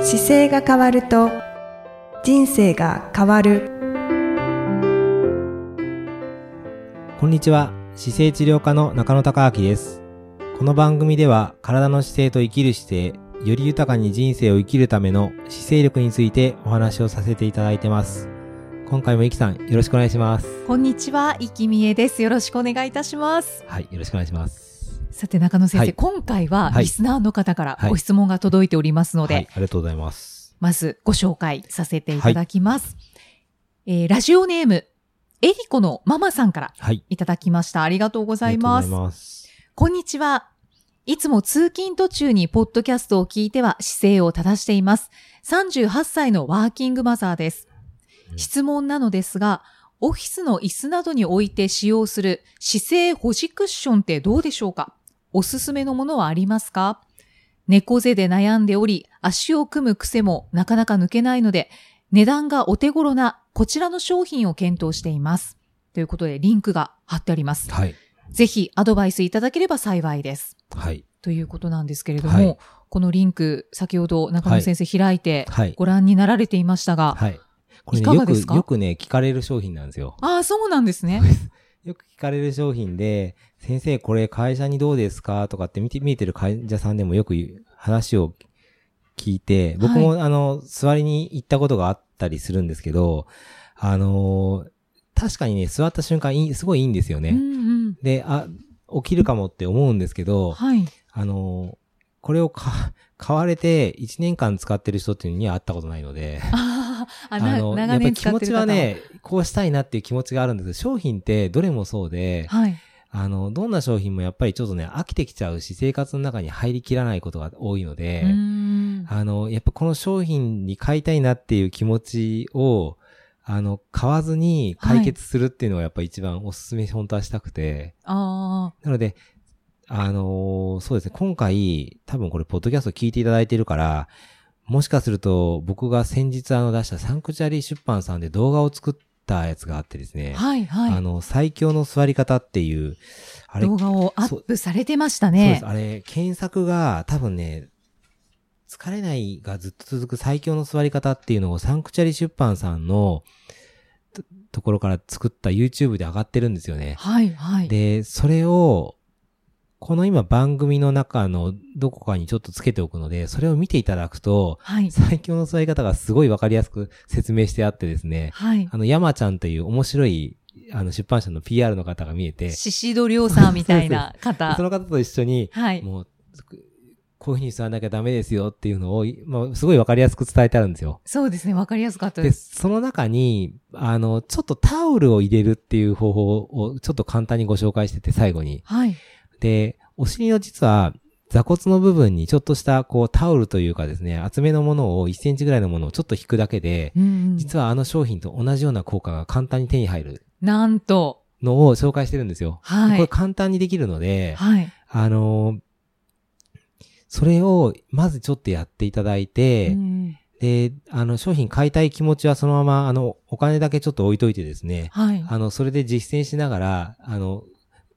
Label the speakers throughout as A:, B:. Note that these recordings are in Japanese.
A: 姿勢が変わると人生が変わる
B: こんにちは姿勢治療科の中野孝明ですこの番組では体の姿勢と生きる姿勢より豊かに人生を生きるための姿勢力についてお話をさせていただいてます今回もいきさんよろしくお願いします
C: こんにちは、いきみえです。よろしくお願いいたします。
B: はいよろしくお願いします
C: さて、中野先生、
B: はい
C: 今回は
B: はい
C: リスナーの方から
B: はい
C: ご質問が届いておりますので、
B: はいありがとうございます
C: まずご紹介させていただきます。えーラジオネーム、えりこのママさんから
B: はい
C: いただきました。ありがとうござ
B: あ
C: い
B: りがとうご
C: ま
B: ざい。
C: す
B: ます
C: こんにちは。いつも通勤途中にポッドキャストを聞いては姿勢を正しています。38歳のワーキングマザーです
B: う。ん
C: 質問なのですが、オフィスの椅子などに置いて使用する姿勢保持クッションってどうでしょうかおすすめのものはありますか猫背で悩んでおり、足を組む癖もなかなか抜けないので、値段がお手頃なこちらの商品を検討しています。ということで、リンクが貼ってあります。
B: はい
C: ぜひアドバイスいただければ幸いです。
B: はい
C: ということなんですけれども、
B: はい
C: このリンク、先ほど中野先生開いて
B: はい
C: ご覧になられていましたが、
B: はいこれ
C: い
B: ね
C: か
B: よ
C: が
B: く
C: ですか
B: よくね聞かれる商品なんですよ
C: ああ、そうなんですね。
B: よく聞かれる商品で、先生これ会社にどうですかとかって見て、見えてる患者さんでもよく言う話を聞いて、僕も、あの、座りに行ったことがあったりするんですけど、あのー確かにね、座った瞬間いい、すごいいいんですよね。
C: うん
B: で、あ、起きるかもって思うんですけ
C: うん。
B: ど、
C: はい。
B: あのーこれをか、買われて1年間使ってる人っていうのには会ったことないので、
C: あーあ、
B: あ
C: な
B: の、や
C: 長
B: っぱり
C: 年
B: 気
C: 使っ
B: 持
C: て
B: ち
C: る
B: は
C: 方。
B: ね、こうしたいなっていう気持ちがあるんですけど、商品ってどれもそうで、
C: はい。
B: あの、どんな商品もやっぱりちょっとね、飽きてきちゃうし、生活の中に入りきらないことが多いので、
C: うーん
B: あの、やっぱこの商品に買いたいなっていう気持ちを、あの、買わずに解決するっていうのがやっぱ一番おすすめ、本当はしたくて。
C: あ
B: なので、あのーそうですね、今回、多分これ、ポッドキャスト聞いていただいてるから、もしかすると、僕が先日あの出したサンクチュアリー出版さんで動画を作ったやつがあってですね
C: あ、、はい、
B: あ
C: は
B: の、最強の座り方っていう、あ
C: い。
B: れ
C: 動画をアップされてました
B: そうで
C: ね
B: す。。あれ、検索が多分ね、疲れないがずっと続く最強の座り方っていうのをサンクチャリ出版さんのとところから作った YouTube で上がってるんですよね。
C: はい、はい。
B: で、それを、この今番組の中のどこかにちょっとつけておくので、それを見ていただくと、
C: はい。
B: 最強の座り方がすごいわかりやすく説明してあってですね、
C: はい。
B: あの、山ちゃんという面白い、あの、出版社の PR の方が見えて、
C: シシドリョウさんみたいな
B: そ
C: 方。
B: の方と一緒に、
C: はい。
B: もう、こういうふうに座らなきゃダメですよっていうのを、まあ、すごいわかりやすく伝えてあるんですよ。
C: そうですね。わかりやすかった
B: で、
C: です。
B: その中に、あの、ちょっとタオルを入れるっていう方法をちょっと簡単にご紹介してて、最後に。
C: はい。
B: で、お尻の実は、座骨の部分にちょっとした、こう、タオルというかですね、厚めのものを1センチぐらいのものをちょっと引くだけで、
C: うんうん。
B: 実はあの商品と同じような効果が簡単に手に入る
C: なんと。
B: のを紹介してるんですよ。
C: は
B: これ
C: い。
B: 簡単にできるので、
C: はい。
B: あのーそれをまずちょっとやっていただいて、
C: うん
B: で、あの、商品買いたい気持ちはそのまま、あの、お金だけちょっと置いといてですね、
C: はい。
B: あの、それで実践しながら、あの、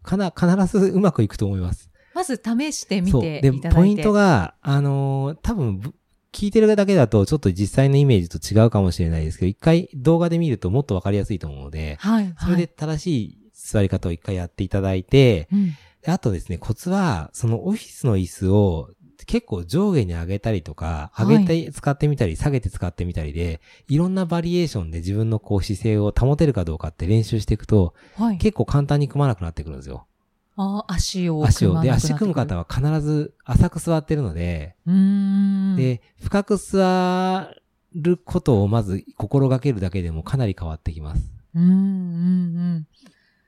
B: かな、必ずうまくいくと思います。
C: まず試してみ
B: そう。
C: て
B: で
C: い、ただいて。
B: ポイントが、あのー多分、ぶ聞いてるだけだと、ちょっと実際のイメージと違うかもしれないですけど、一回動画で見るともっとわかりやすいと思うので、
C: はい。
B: それで
C: はい、
B: 正しい座り方を一回やっていただいて、
C: うん
B: であとですね、コツは、そのオフィスの椅子を結構上下に上げたりとか、
C: はい
B: 上げて使ってみたり、下げて使ってみたりで、いろんなバリエーションで自分のこう姿勢を保てるかどうかって練習していくと、
C: はい。
B: 結構簡単に組まなくなってくるんですよ。
C: あー足を
B: 足を。で、足組む
C: 方
B: 方は必ず浅く座ってるので、
C: うーん。
B: で、深く座ることをまず心がけるだけでもかなり変わってきます。
C: うんうんうん。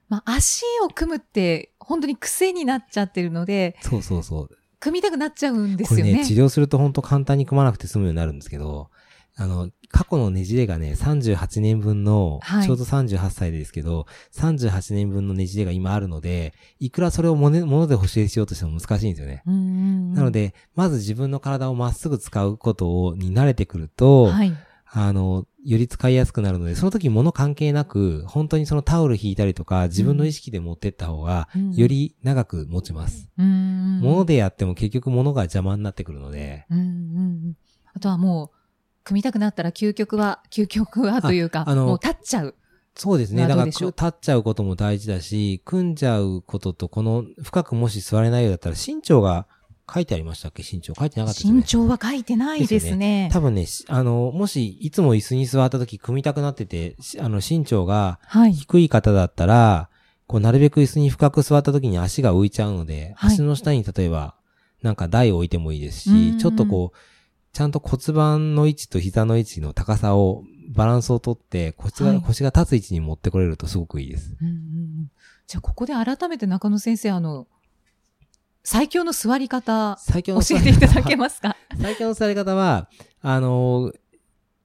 C: まあ、足を組むって本当に癖になっちゃってるので、
B: そうそうそう。
C: 組みたくなっちゃうんで
B: こ
C: す
B: れ
C: よ
B: ね
C: ね。
B: 治療すると本当簡単に組まなくて済むようになるんですけど、あの、過去のねじれがね、38年分の、
C: はい
B: ちょうど38歳ですけど、38年分のねじれが今あるので、いくらそれをもね、もので補正しようとしても難しいんですよね。
C: うんうんうん
B: なの、で、まず自分の体をまっすぐ使うことを、に慣れてくると、
C: はい。
B: あの、より使いやすくなるので、その時物関係なく、本当にそのタオル引いたりとか、自分の意識で持ってった方が、
C: うん
B: よ、り長く持ちます。
C: うんうんうん。
B: 物でやっても結局物が邪魔になってくるので、
C: うんうんうん。あとはもう、組みたくなったら究極は、究極はというか、
B: ああの
C: もう立っちゃう。
B: そうですね。
C: まあ
B: だ
C: ど
B: か
C: う
B: ら、
C: で
B: 立
C: しょう
B: っちゃうことも大事だし、組んじゃうことと、この、深くもし座れないようだったら、身長が書いてありましたっけ身長書いてなかったですよね。
C: 身長は書いてないですね。
B: 多分ね、しあの、もし、いつも椅子に座った時、組みたくなってて、しあの、身長が
C: はい。
B: 低い方だったら、こう、なるべく椅子に深く座った時に足が浮いちゃうので、
C: はい
B: 足の下に例えば、なんか台を置いてもいいですし、
C: うんうん
B: ちょっとこう、ちゃんと骨盤の位置と膝の位置の高さを、バランスをとって、腰が、
C: はい
B: 腰が立つ位置に持ってこれるとすごくいいです。
C: うんうんうんじゃあ、ここで改めて中野先生、あの、最強の座り方、
B: 最強
C: 教
B: の座
C: え
B: り
C: ていただけ
B: 方は
C: ますか
B: 最強の座り方は、あの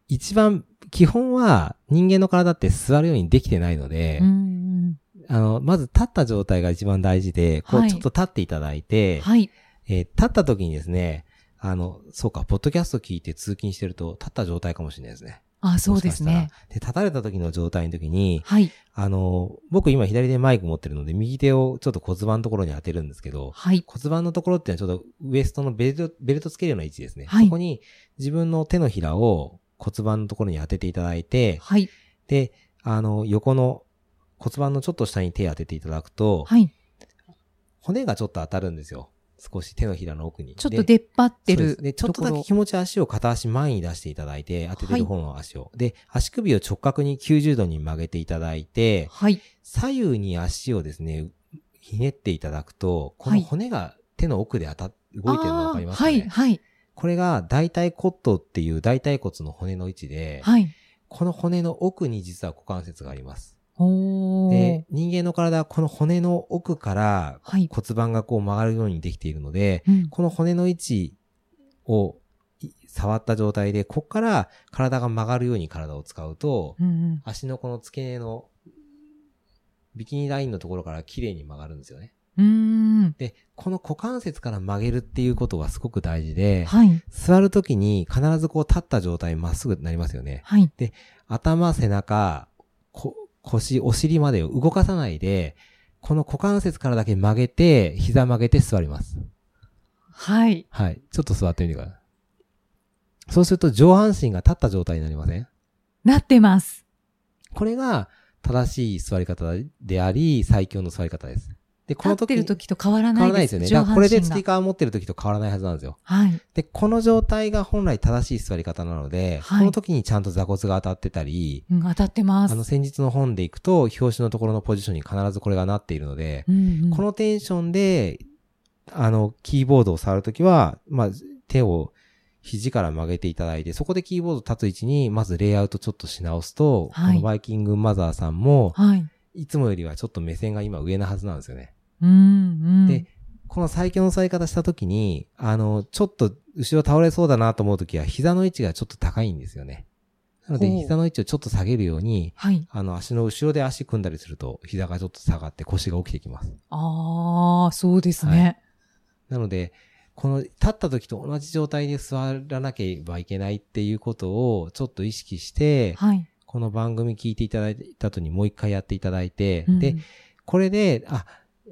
B: 一番、基本は人間の体って座るようにできてないので、
C: うん
B: あの、まず立った状態が一番大事で、こ
C: は
B: う
C: い
B: ちょっと立っていただい
C: うん
B: て、
C: はい。
B: えー立った時にですね、あの、そうか、ポッドキャスト聞いて通勤してると立った状態かもしれないですね。
C: あ、そうです
B: もし
C: ね
B: か。したら。で、立たれた時の状態の時に、
C: はい。
B: あの、僕今左手マイク持ってるので、右手をちょっと骨盤のところに当てるんですけど、
C: はい。
B: 骨盤のところっていうのはちょっとウエストのベルト、ベルトつけるような位置ですね。
C: はい
B: そこに自分の手のひらを骨盤のところに当てていただいて、
C: はい。
B: で、あの、横の骨盤のちょっと下に手を当てていただくと、
C: はい。
B: 骨がちょっと当たるんですよ。少し手のひらの奥に。
C: ちょっと出っ張っ
B: そ
C: て
B: うで
C: る
B: すで、ちょっとだけ気持ち足を片足前に出していただいて、当ててる方の足を。で、足首を直角に90度に曲げていただいて、
C: はい。
B: 左右に足をですね、ひねっていただくと、こ
C: は
B: の
C: い
B: 骨が手の奥で当たっ、動いてるのわかりますか
C: あ
B: ね、
C: ーはい、はい、
B: これが大腿骨頭っていう大腿骨の骨の位置で、
C: はい。
B: この骨の奥に実は股関節があります。
C: おー
B: で、人間の体はこの骨の奥から
C: はい。
B: 骨盤がこう曲がるようにできているので、
C: うん
B: この骨の位置をい触った状態で、ここから体が曲がるように体を使うと、
C: うんうん
B: 足のこの付け根のビキニラインのところから綺麗に曲がるんですよね。
C: うーん。
B: で、この股関節から曲げるっていうことはすごく大事で、
C: はい、
B: 座るときに必ずこう立った状態まっすぐになりますよね。
C: はい。
B: 頭、背中、こ腰、お尻までを動かさないで、この股関節からだけ曲げて、膝曲げて座ります。
C: はい。
B: はい。ちょっと座ってみてください。そうすると上半身が立った状態になりません
C: なってます。
B: これが正しい座り方であり、最強の座り方です。で、こ
C: 立
B: の
C: っ
B: 時
C: てる時と変わら
B: 変
C: な
B: わ
C: い
B: らない
C: で
B: です
C: す
B: よね。だか
C: 上
B: ら
C: 半
B: これ
C: 身
B: で
C: が
B: スピーカー持ってる時と変わらないはずなんですよ。
C: はい。
B: で、この状態が本来正しい座り方なので、
C: はい
B: この時にちゃんと座骨が当たってたり、
C: うん、当たってま
B: あ
C: す。
B: の先日の本でいくと、表紙のところのポジションに必ずこれがなっているので、
C: うんうん
B: このテンションで、あの、キーボードを触るときは、まあ、手を肘から曲げていただいて、そこでキーボード立つ位置に、まずレイアウトちょっとし直すと、
C: はい
B: このバイキングマザーさんも、
C: はい。
B: いつもよりはちょっと目線が今上なはずなんですよね。
C: うん、うん。
B: でこの最強の座り方したときに、あの、ちょっと後ろ倒れそうだなと思うときは、膝の位置がちょっと高いんですよね。なので、
C: ほう
B: 膝の位置をちょっと下げるように、
C: はい。
B: あの、足の後ろで足組んだりすると、膝がちょっと下がって腰が起きてきます。
C: ああ、そうですね。
B: なので、この立った時と同じ状態で座らなければいけないっていうことをちょっと意識して、
C: はい。
B: この番組聞いていただいた後にもう一回やっていただいて、
C: うん
B: で、、これで、あ、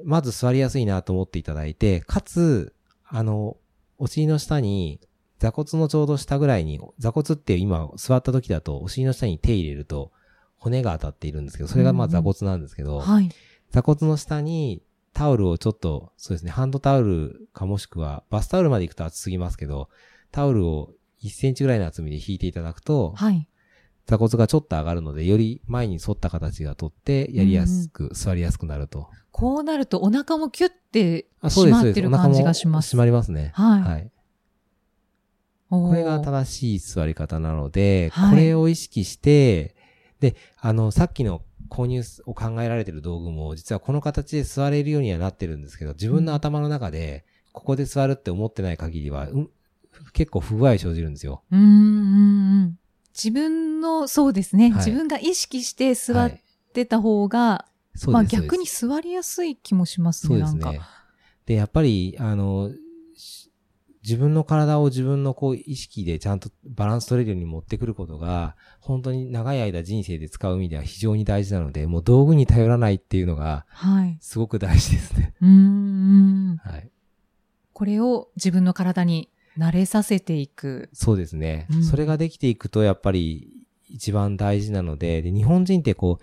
B: まず座りやすいなと思っていただいて、かつ、あの、お尻の下に、座骨のちょうど下ぐらいに、座骨って今座った時だとお尻の下に手入れると骨が当たっているんですけど、それがまあ座骨なんですけど、
C: はい。
B: 座骨の下にタオルをちょっと、そうですね、ハンドタオルかもしくは、バスタオルまで行くと厚すぎますけど、タオルを1センチぐらいの厚みで引いていただくと、
C: はい。
B: 座骨がちょっと上がるので、より前に沿った形がとって、やりやすく、座りやすくなると。
C: こうなるとお腹もキュッて
B: あそう
C: 締
B: です、
C: まっ
B: そうで
C: て
B: す。
C: る
B: お腹
C: 感
B: も
C: じがします。
B: 締まりますね。
C: はい
B: はい。
C: おー
B: これが正しい座り方なので、
C: はい
B: これを意識して、で、あの、さっきの購入を考えられてる道具も、実はこの形で座れるようにはなってるんですけど、自分の頭の中で、ここで座るって思ってない限りは、うん結構不具合生じるんですよ。
C: うんうんうん自分の、そうです
B: は
C: ね、
B: い
C: 自分が意識して座
B: は
C: っ
B: い
C: てた方が、
B: そう
C: まあ
B: ですそうです
C: 逆に座りやすい気もします
B: そう
C: ね、
B: で
C: な
B: す
C: んか
B: ね。。で、やっぱり、あの、し自分の体を自分のこう意識でちゃんとバランス取れるように持ってくることが、本当に長い間人生で使う意味では非常に大事なので、もう道具に頼らないっていうのが、
C: はい。
B: すごく大事ですね。
C: うんうん。
B: はい。
C: これを自分の体に慣れさせていく。
B: そうですね。
C: うん
B: それができていくと、やっぱり一番大事なので、で、日本人ってこ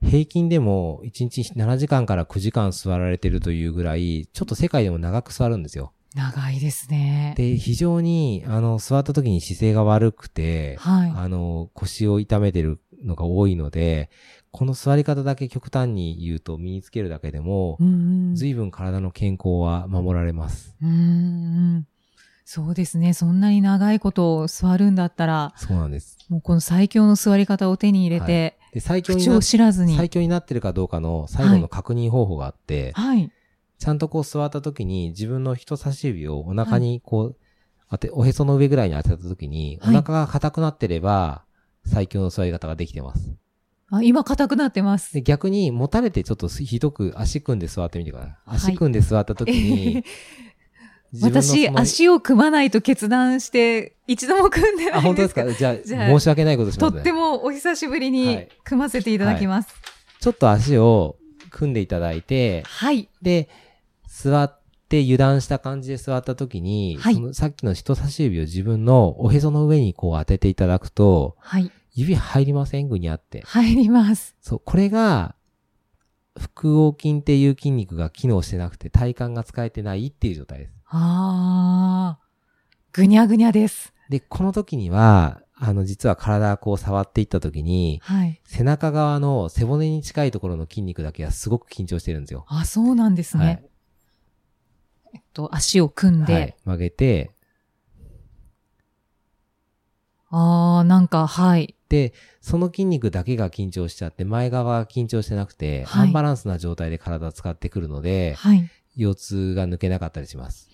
B: う、平均でも1日7時間から9時間座られてるというぐらい、ちょっと世界でも長く座るんですよ。
C: 長いですね。
B: で、非常に、あの、座った時に姿勢が悪くて、
C: はい。
B: あの、腰を痛めてるのが多いので、この座り方だけ極端に言うと身につけるだけでも
C: う、んうん
B: 随分体の健康は守られます。
C: うんうんそうですね。そんなに長いことを座るんだったら、
B: そうなんです。
C: もうこの最強の座り方を手に入れて、
B: で、最強
C: 口
B: に
C: 調
B: な
C: を知らずに。
B: 最強になってるかどうかの最後の確認方法があって、
C: はい。
B: ちゃんとこう座った時に自分の人差し指をお腹にこう、当て、おへその上ぐらいに当てた時に、お
C: はい
B: 腹が硬くなってれば、最強の座り方ができてます。
C: あ今硬くなってます。
B: で、逆に、持たれてちょっとひどく足組んで座ってみてください。
C: はい
B: 足組んで座った時 に、自分のその
C: 私、足を組まないと決断して、一度も組んでな
B: あ、
C: い
B: 本
C: ん
B: 当
C: で
B: ですす
C: けど
B: かじゃあ、
C: じゃあ
B: 申し訳ないことし
C: と
B: ま
C: っ
B: すね。
C: てもお久しぶり
B: は
C: に
B: い
C: 組ませていただきます。
B: ちょっと足を組んでいただいて、
C: はい。
B: で、座って油断した感じで座った時に、
C: はい
B: そのさっきの人差し指を自分のおへその上にこう当てていただくと、
C: はい。
B: 指入りませんぐにあって。
C: 入ります。
B: そう、これが、腹横筋っていう筋肉が機能してなくて体幹が使えてないっていう状態です。
C: ああ。ぐにゃぐにゃです。
B: で、この時には、あの、実は体をこう触っていった時に、
C: はい。
B: 背中側の背骨に近いところの筋肉だけはすごく緊張してるんですよ。
C: あ、そうなんですね。
B: はい
C: えっと、足を組んで、
B: はい、曲げて、
C: ああ、なんか、はい。
B: で、その筋肉だけが緊張しちゃって、前側が緊張してなくて、
C: はい
B: アンバランスな状態で体を使ってくるので、
C: はい。
B: 腰痛が抜けなかったりします。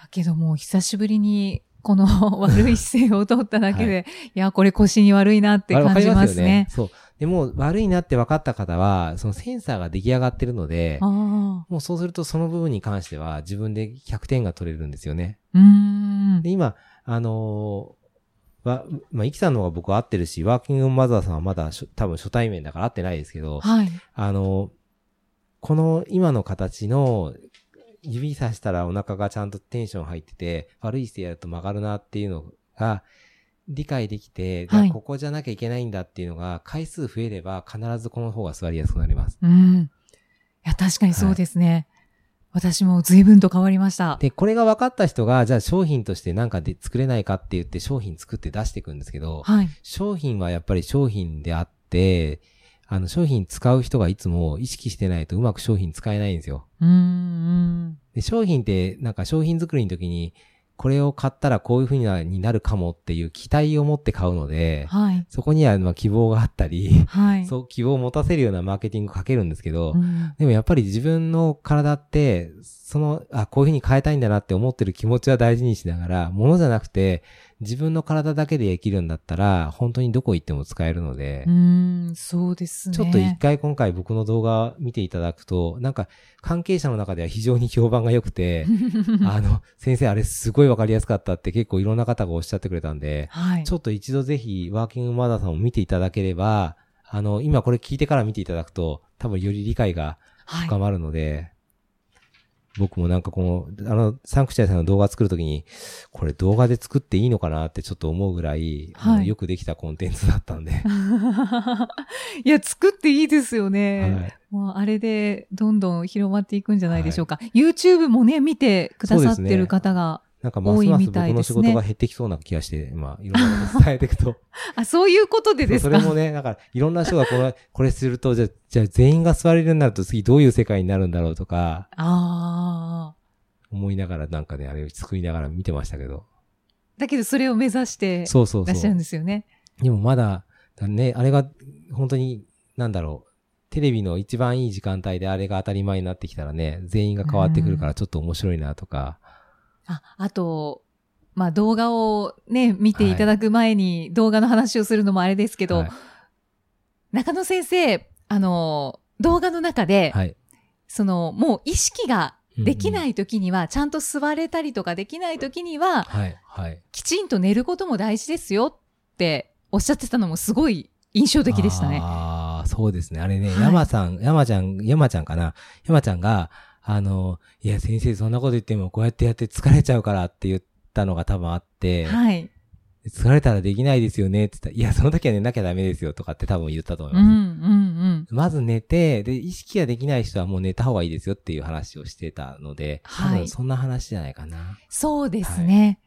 C: だけどもう久しぶりに、こ の悪い姿勢を取っただけで、い、や、これ腰に悪いなって
B: あ
C: 感
B: わか
C: じますね。
B: そう。でも、悪いなって分かった方は、そのセンサーが出来上がってるので
C: あ、あ
B: もうそうするとその部分に関しては自分で100点が取れるんですよね。
C: ー。うーん。
B: で、今、あのーわ、まあ、イキさんの方が僕は合ってるし、ワーキングマザーさんはまだ初多分初対面だから合ってないですけど、
C: はい。
B: あの、この今の形の指さしたらお腹がちゃんとテンション入ってて、悪い姿勢やると曲がるなっていうのが理解できて、
C: はい
B: じゃあここじゃなきゃいけないんだっていうのが回数増えれば必ずこの方が座りやすくなります。
C: うん。いや、確かにそうですね。私も随分と変わりました。
B: で、これが分かった人が、じゃあ商品としてなんかで作れないかって言って商品作って出していくんですけど、
C: はい。
B: 商品はやっぱり商品であって、あの商品使う人がいつも意識してないとうまく商品使えないんですよ。
C: うーん。
B: で商品って、なんか商品作りの時に、これを買ったらこういう風になになるかもっていう期待を持って買うので、
C: はい。
B: そこにはまあ希望があったり、
C: はい。
B: そう希望を持たせるようなマーケティングをかけるんですけど、
C: うん
B: でもやっぱり自分の体って、その、あ、こういう風に変えたいんだなって思ってる気持ちは大事にしながら、ものじゃなくて、自分の体だけでできるんだったら、本当にどこ行っても使えるので、
C: うーん、そうですね。
B: ちょっと一回今回僕の動画見ていただくと、なんか関係者の中では非常に評判が良く て、あの、先生あれすごいわかりやすかったって結構いろんな方がおっしゃってくれたんで、
C: はい。
B: ちょっと一度ぜひワーキングマザーさんを見ていただければ、あの、今これ聞いてから見ていただくと、多分より理解が
C: はい
B: 深まるので、僕もなんかこの、あの、サンクチャイさんの動画作るときに、これ動画で作っていいのかなってちょっと思うぐらい、あの
C: はい
B: よくできたコンテンツだったんで、
C: い や、作っていいですよ
B: は
C: ね。
B: い
C: もうあれでどんどん広まっていくんじゃないでしょうか。YouTube もね、見てくださってる方が、
B: なんかますま
C: 多い
B: す
C: み
B: 僕
C: たいで
B: の
C: す
B: 仕
C: ね
B: 事が減ってきそうな気がして、まあ、いろんなこと 伝えていくと。
C: あ、そういうこと でです
B: そ
C: か
B: れもね、だから、いろんな人がこれ、これすると、じゃあ、じゃあ全員が座れるようになると次どういう世界になるんだろうとか、
C: ああ。
B: 思いながらなんかね、あれ作りながら見てましたけど。
C: だけどそれを目指して
B: そうそう
C: らっし
B: そ
C: ゃる。
B: うん
C: ですよね。
B: でもまだ、ね、あれが、本当に、なんだろう、テレビの一番いい時間帯であれが当たり前になってきたらね、全員が変わってくるからちょっと面白いなとか、
C: あ、あと、まあ動画をね、見ていただく前に動画の話をするのもあれですけど、
B: はい
C: 中野先生、あの、動画の中で、
B: はい。。
C: その、もう意識ができないい時には、ちゃんと座れたりとかできない時には、
B: はい、はい。
C: きちんと寝ることも大事ですよっておっしゃってたのもすごい印象的でしたね。
B: ああ、そうですね。あれね、
C: はい
B: 山さん、山ちゃん、山ちゃんかな。山ちゃんが、あの、いや、先生そんなこと言ってもこうやってやって疲れちゃうからって言ったのが多分あって、
C: はい。
B: 疲れたらできないですよねって言ったら、いや、その時は寝なきゃダメですよとかって多分言ったと思い
C: うん、う
B: ます。
C: ん、うん。
B: まず寝て、で、意識ができない人はもう寝た方がいいですよっていう話をしてたので、
C: はい
B: 多分そんな話じゃないかな。
C: そうですね。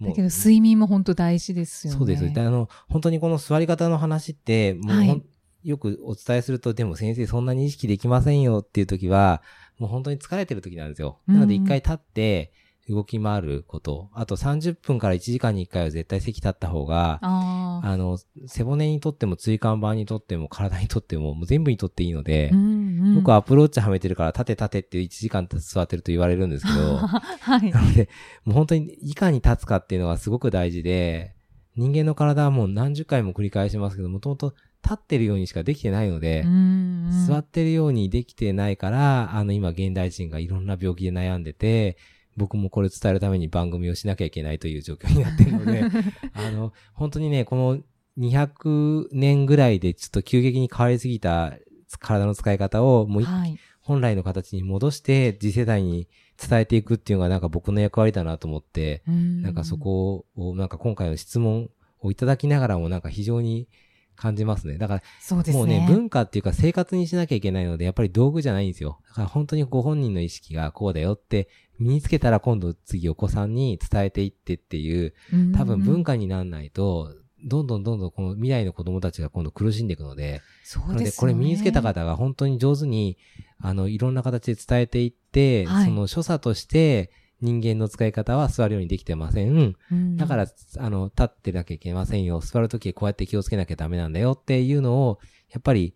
B: もう
C: だけど、睡眠も本当大事ですよね。
B: そうです。であの、本当にこの座り方の話って、もうほん、
C: はい
B: よくお伝えすると、でも先生そんなに意識できませんよっていう時は、もう本当に疲れてる時なんですよ。
C: うん
B: なので一回立って、動き回ること。あと30分から1時間に1回は絶対席立った方が、
C: ああ。
B: あの、背骨にとっても椎間板にとっても体にとっても、もう全部にとっていいので
C: う、ん、うん。
B: 僕
C: は、
B: はアプローチはめてるから、立て立てって1時間座ってると言われるんですけ ど、
C: はい
B: な。ので、もう本当にいかに立つかっていうのがすごく大事で、人間の体はもう何十回も繰り返しますけど、もともと立ってるようにしかできてないので
C: う、んうん
B: 座ってるようにできてないから、あの今現代人がいろんな病気で悩んでて、僕もこれ伝えるために番組をしなきゃいけないという状況になってるの で、あの、本当にね、この200年ぐらいでちょっと急激に変わりすぎた体の使い方をもう一
C: はい。
B: 本来の形に戻して次世代に伝えていくっていうのがなんか僕の役割だなと思って、
C: な
B: なんかそこをなんか今回の質問をいただきながらもなんか非常に感じますね。だか
C: そうで
B: らも
C: す
B: うね
C: ね。、
B: 文化っていうか生活にしなきゃいけないので、やっぱり道具じゃないんですよ。だから本当にご本人の意識がこうだよって身につけたら今度次お子さんに伝えていってっていう、
C: 分
B: 多分文化にならないと、どんどんどんどんこの未来の子供たちが今度苦しんでいくので、
C: そう
B: なので、
C: ですよね
B: これ身につけた方が本当に上手に、あの、いろんな形で伝えていって、
C: はい
B: その所作として、人間の使い方は座るようにできてません。
C: うん
B: だから、あの、立ってなきゃいけませんよ。座るときこうやって気をつけなきゃダメなんだよっていうのを、やっぱり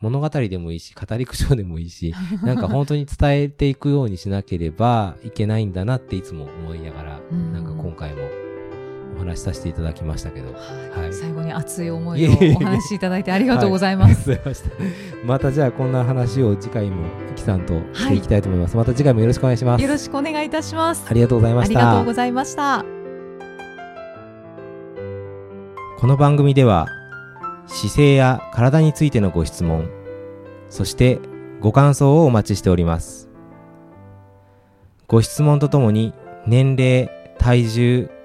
B: 物語でもいいし、語り口調でもいい し、なんか本当に伝えていくようにしなければいけないんだなっていつも思いながら、
C: うん
B: なんか今回もお話しさせていただきましたけど。はい
C: 最後に熱い思
B: い
C: い
B: え
C: を
B: いえいえ
C: お話しいただいてありがとうござい ます。
B: はいありがとうございました。またじゃあこんな話を次回もいきさんとしていきたいと思います。また次回もよろしくお願いします。
C: よろしくお願いいたします。
B: ありがとうございま
C: あ
B: し
C: りがと
B: た
C: うご。ざいました。
B: この番組では姿勢や体についてのご質問、そしてご感想をお待ちしております。ご質問とともに年齢、体重、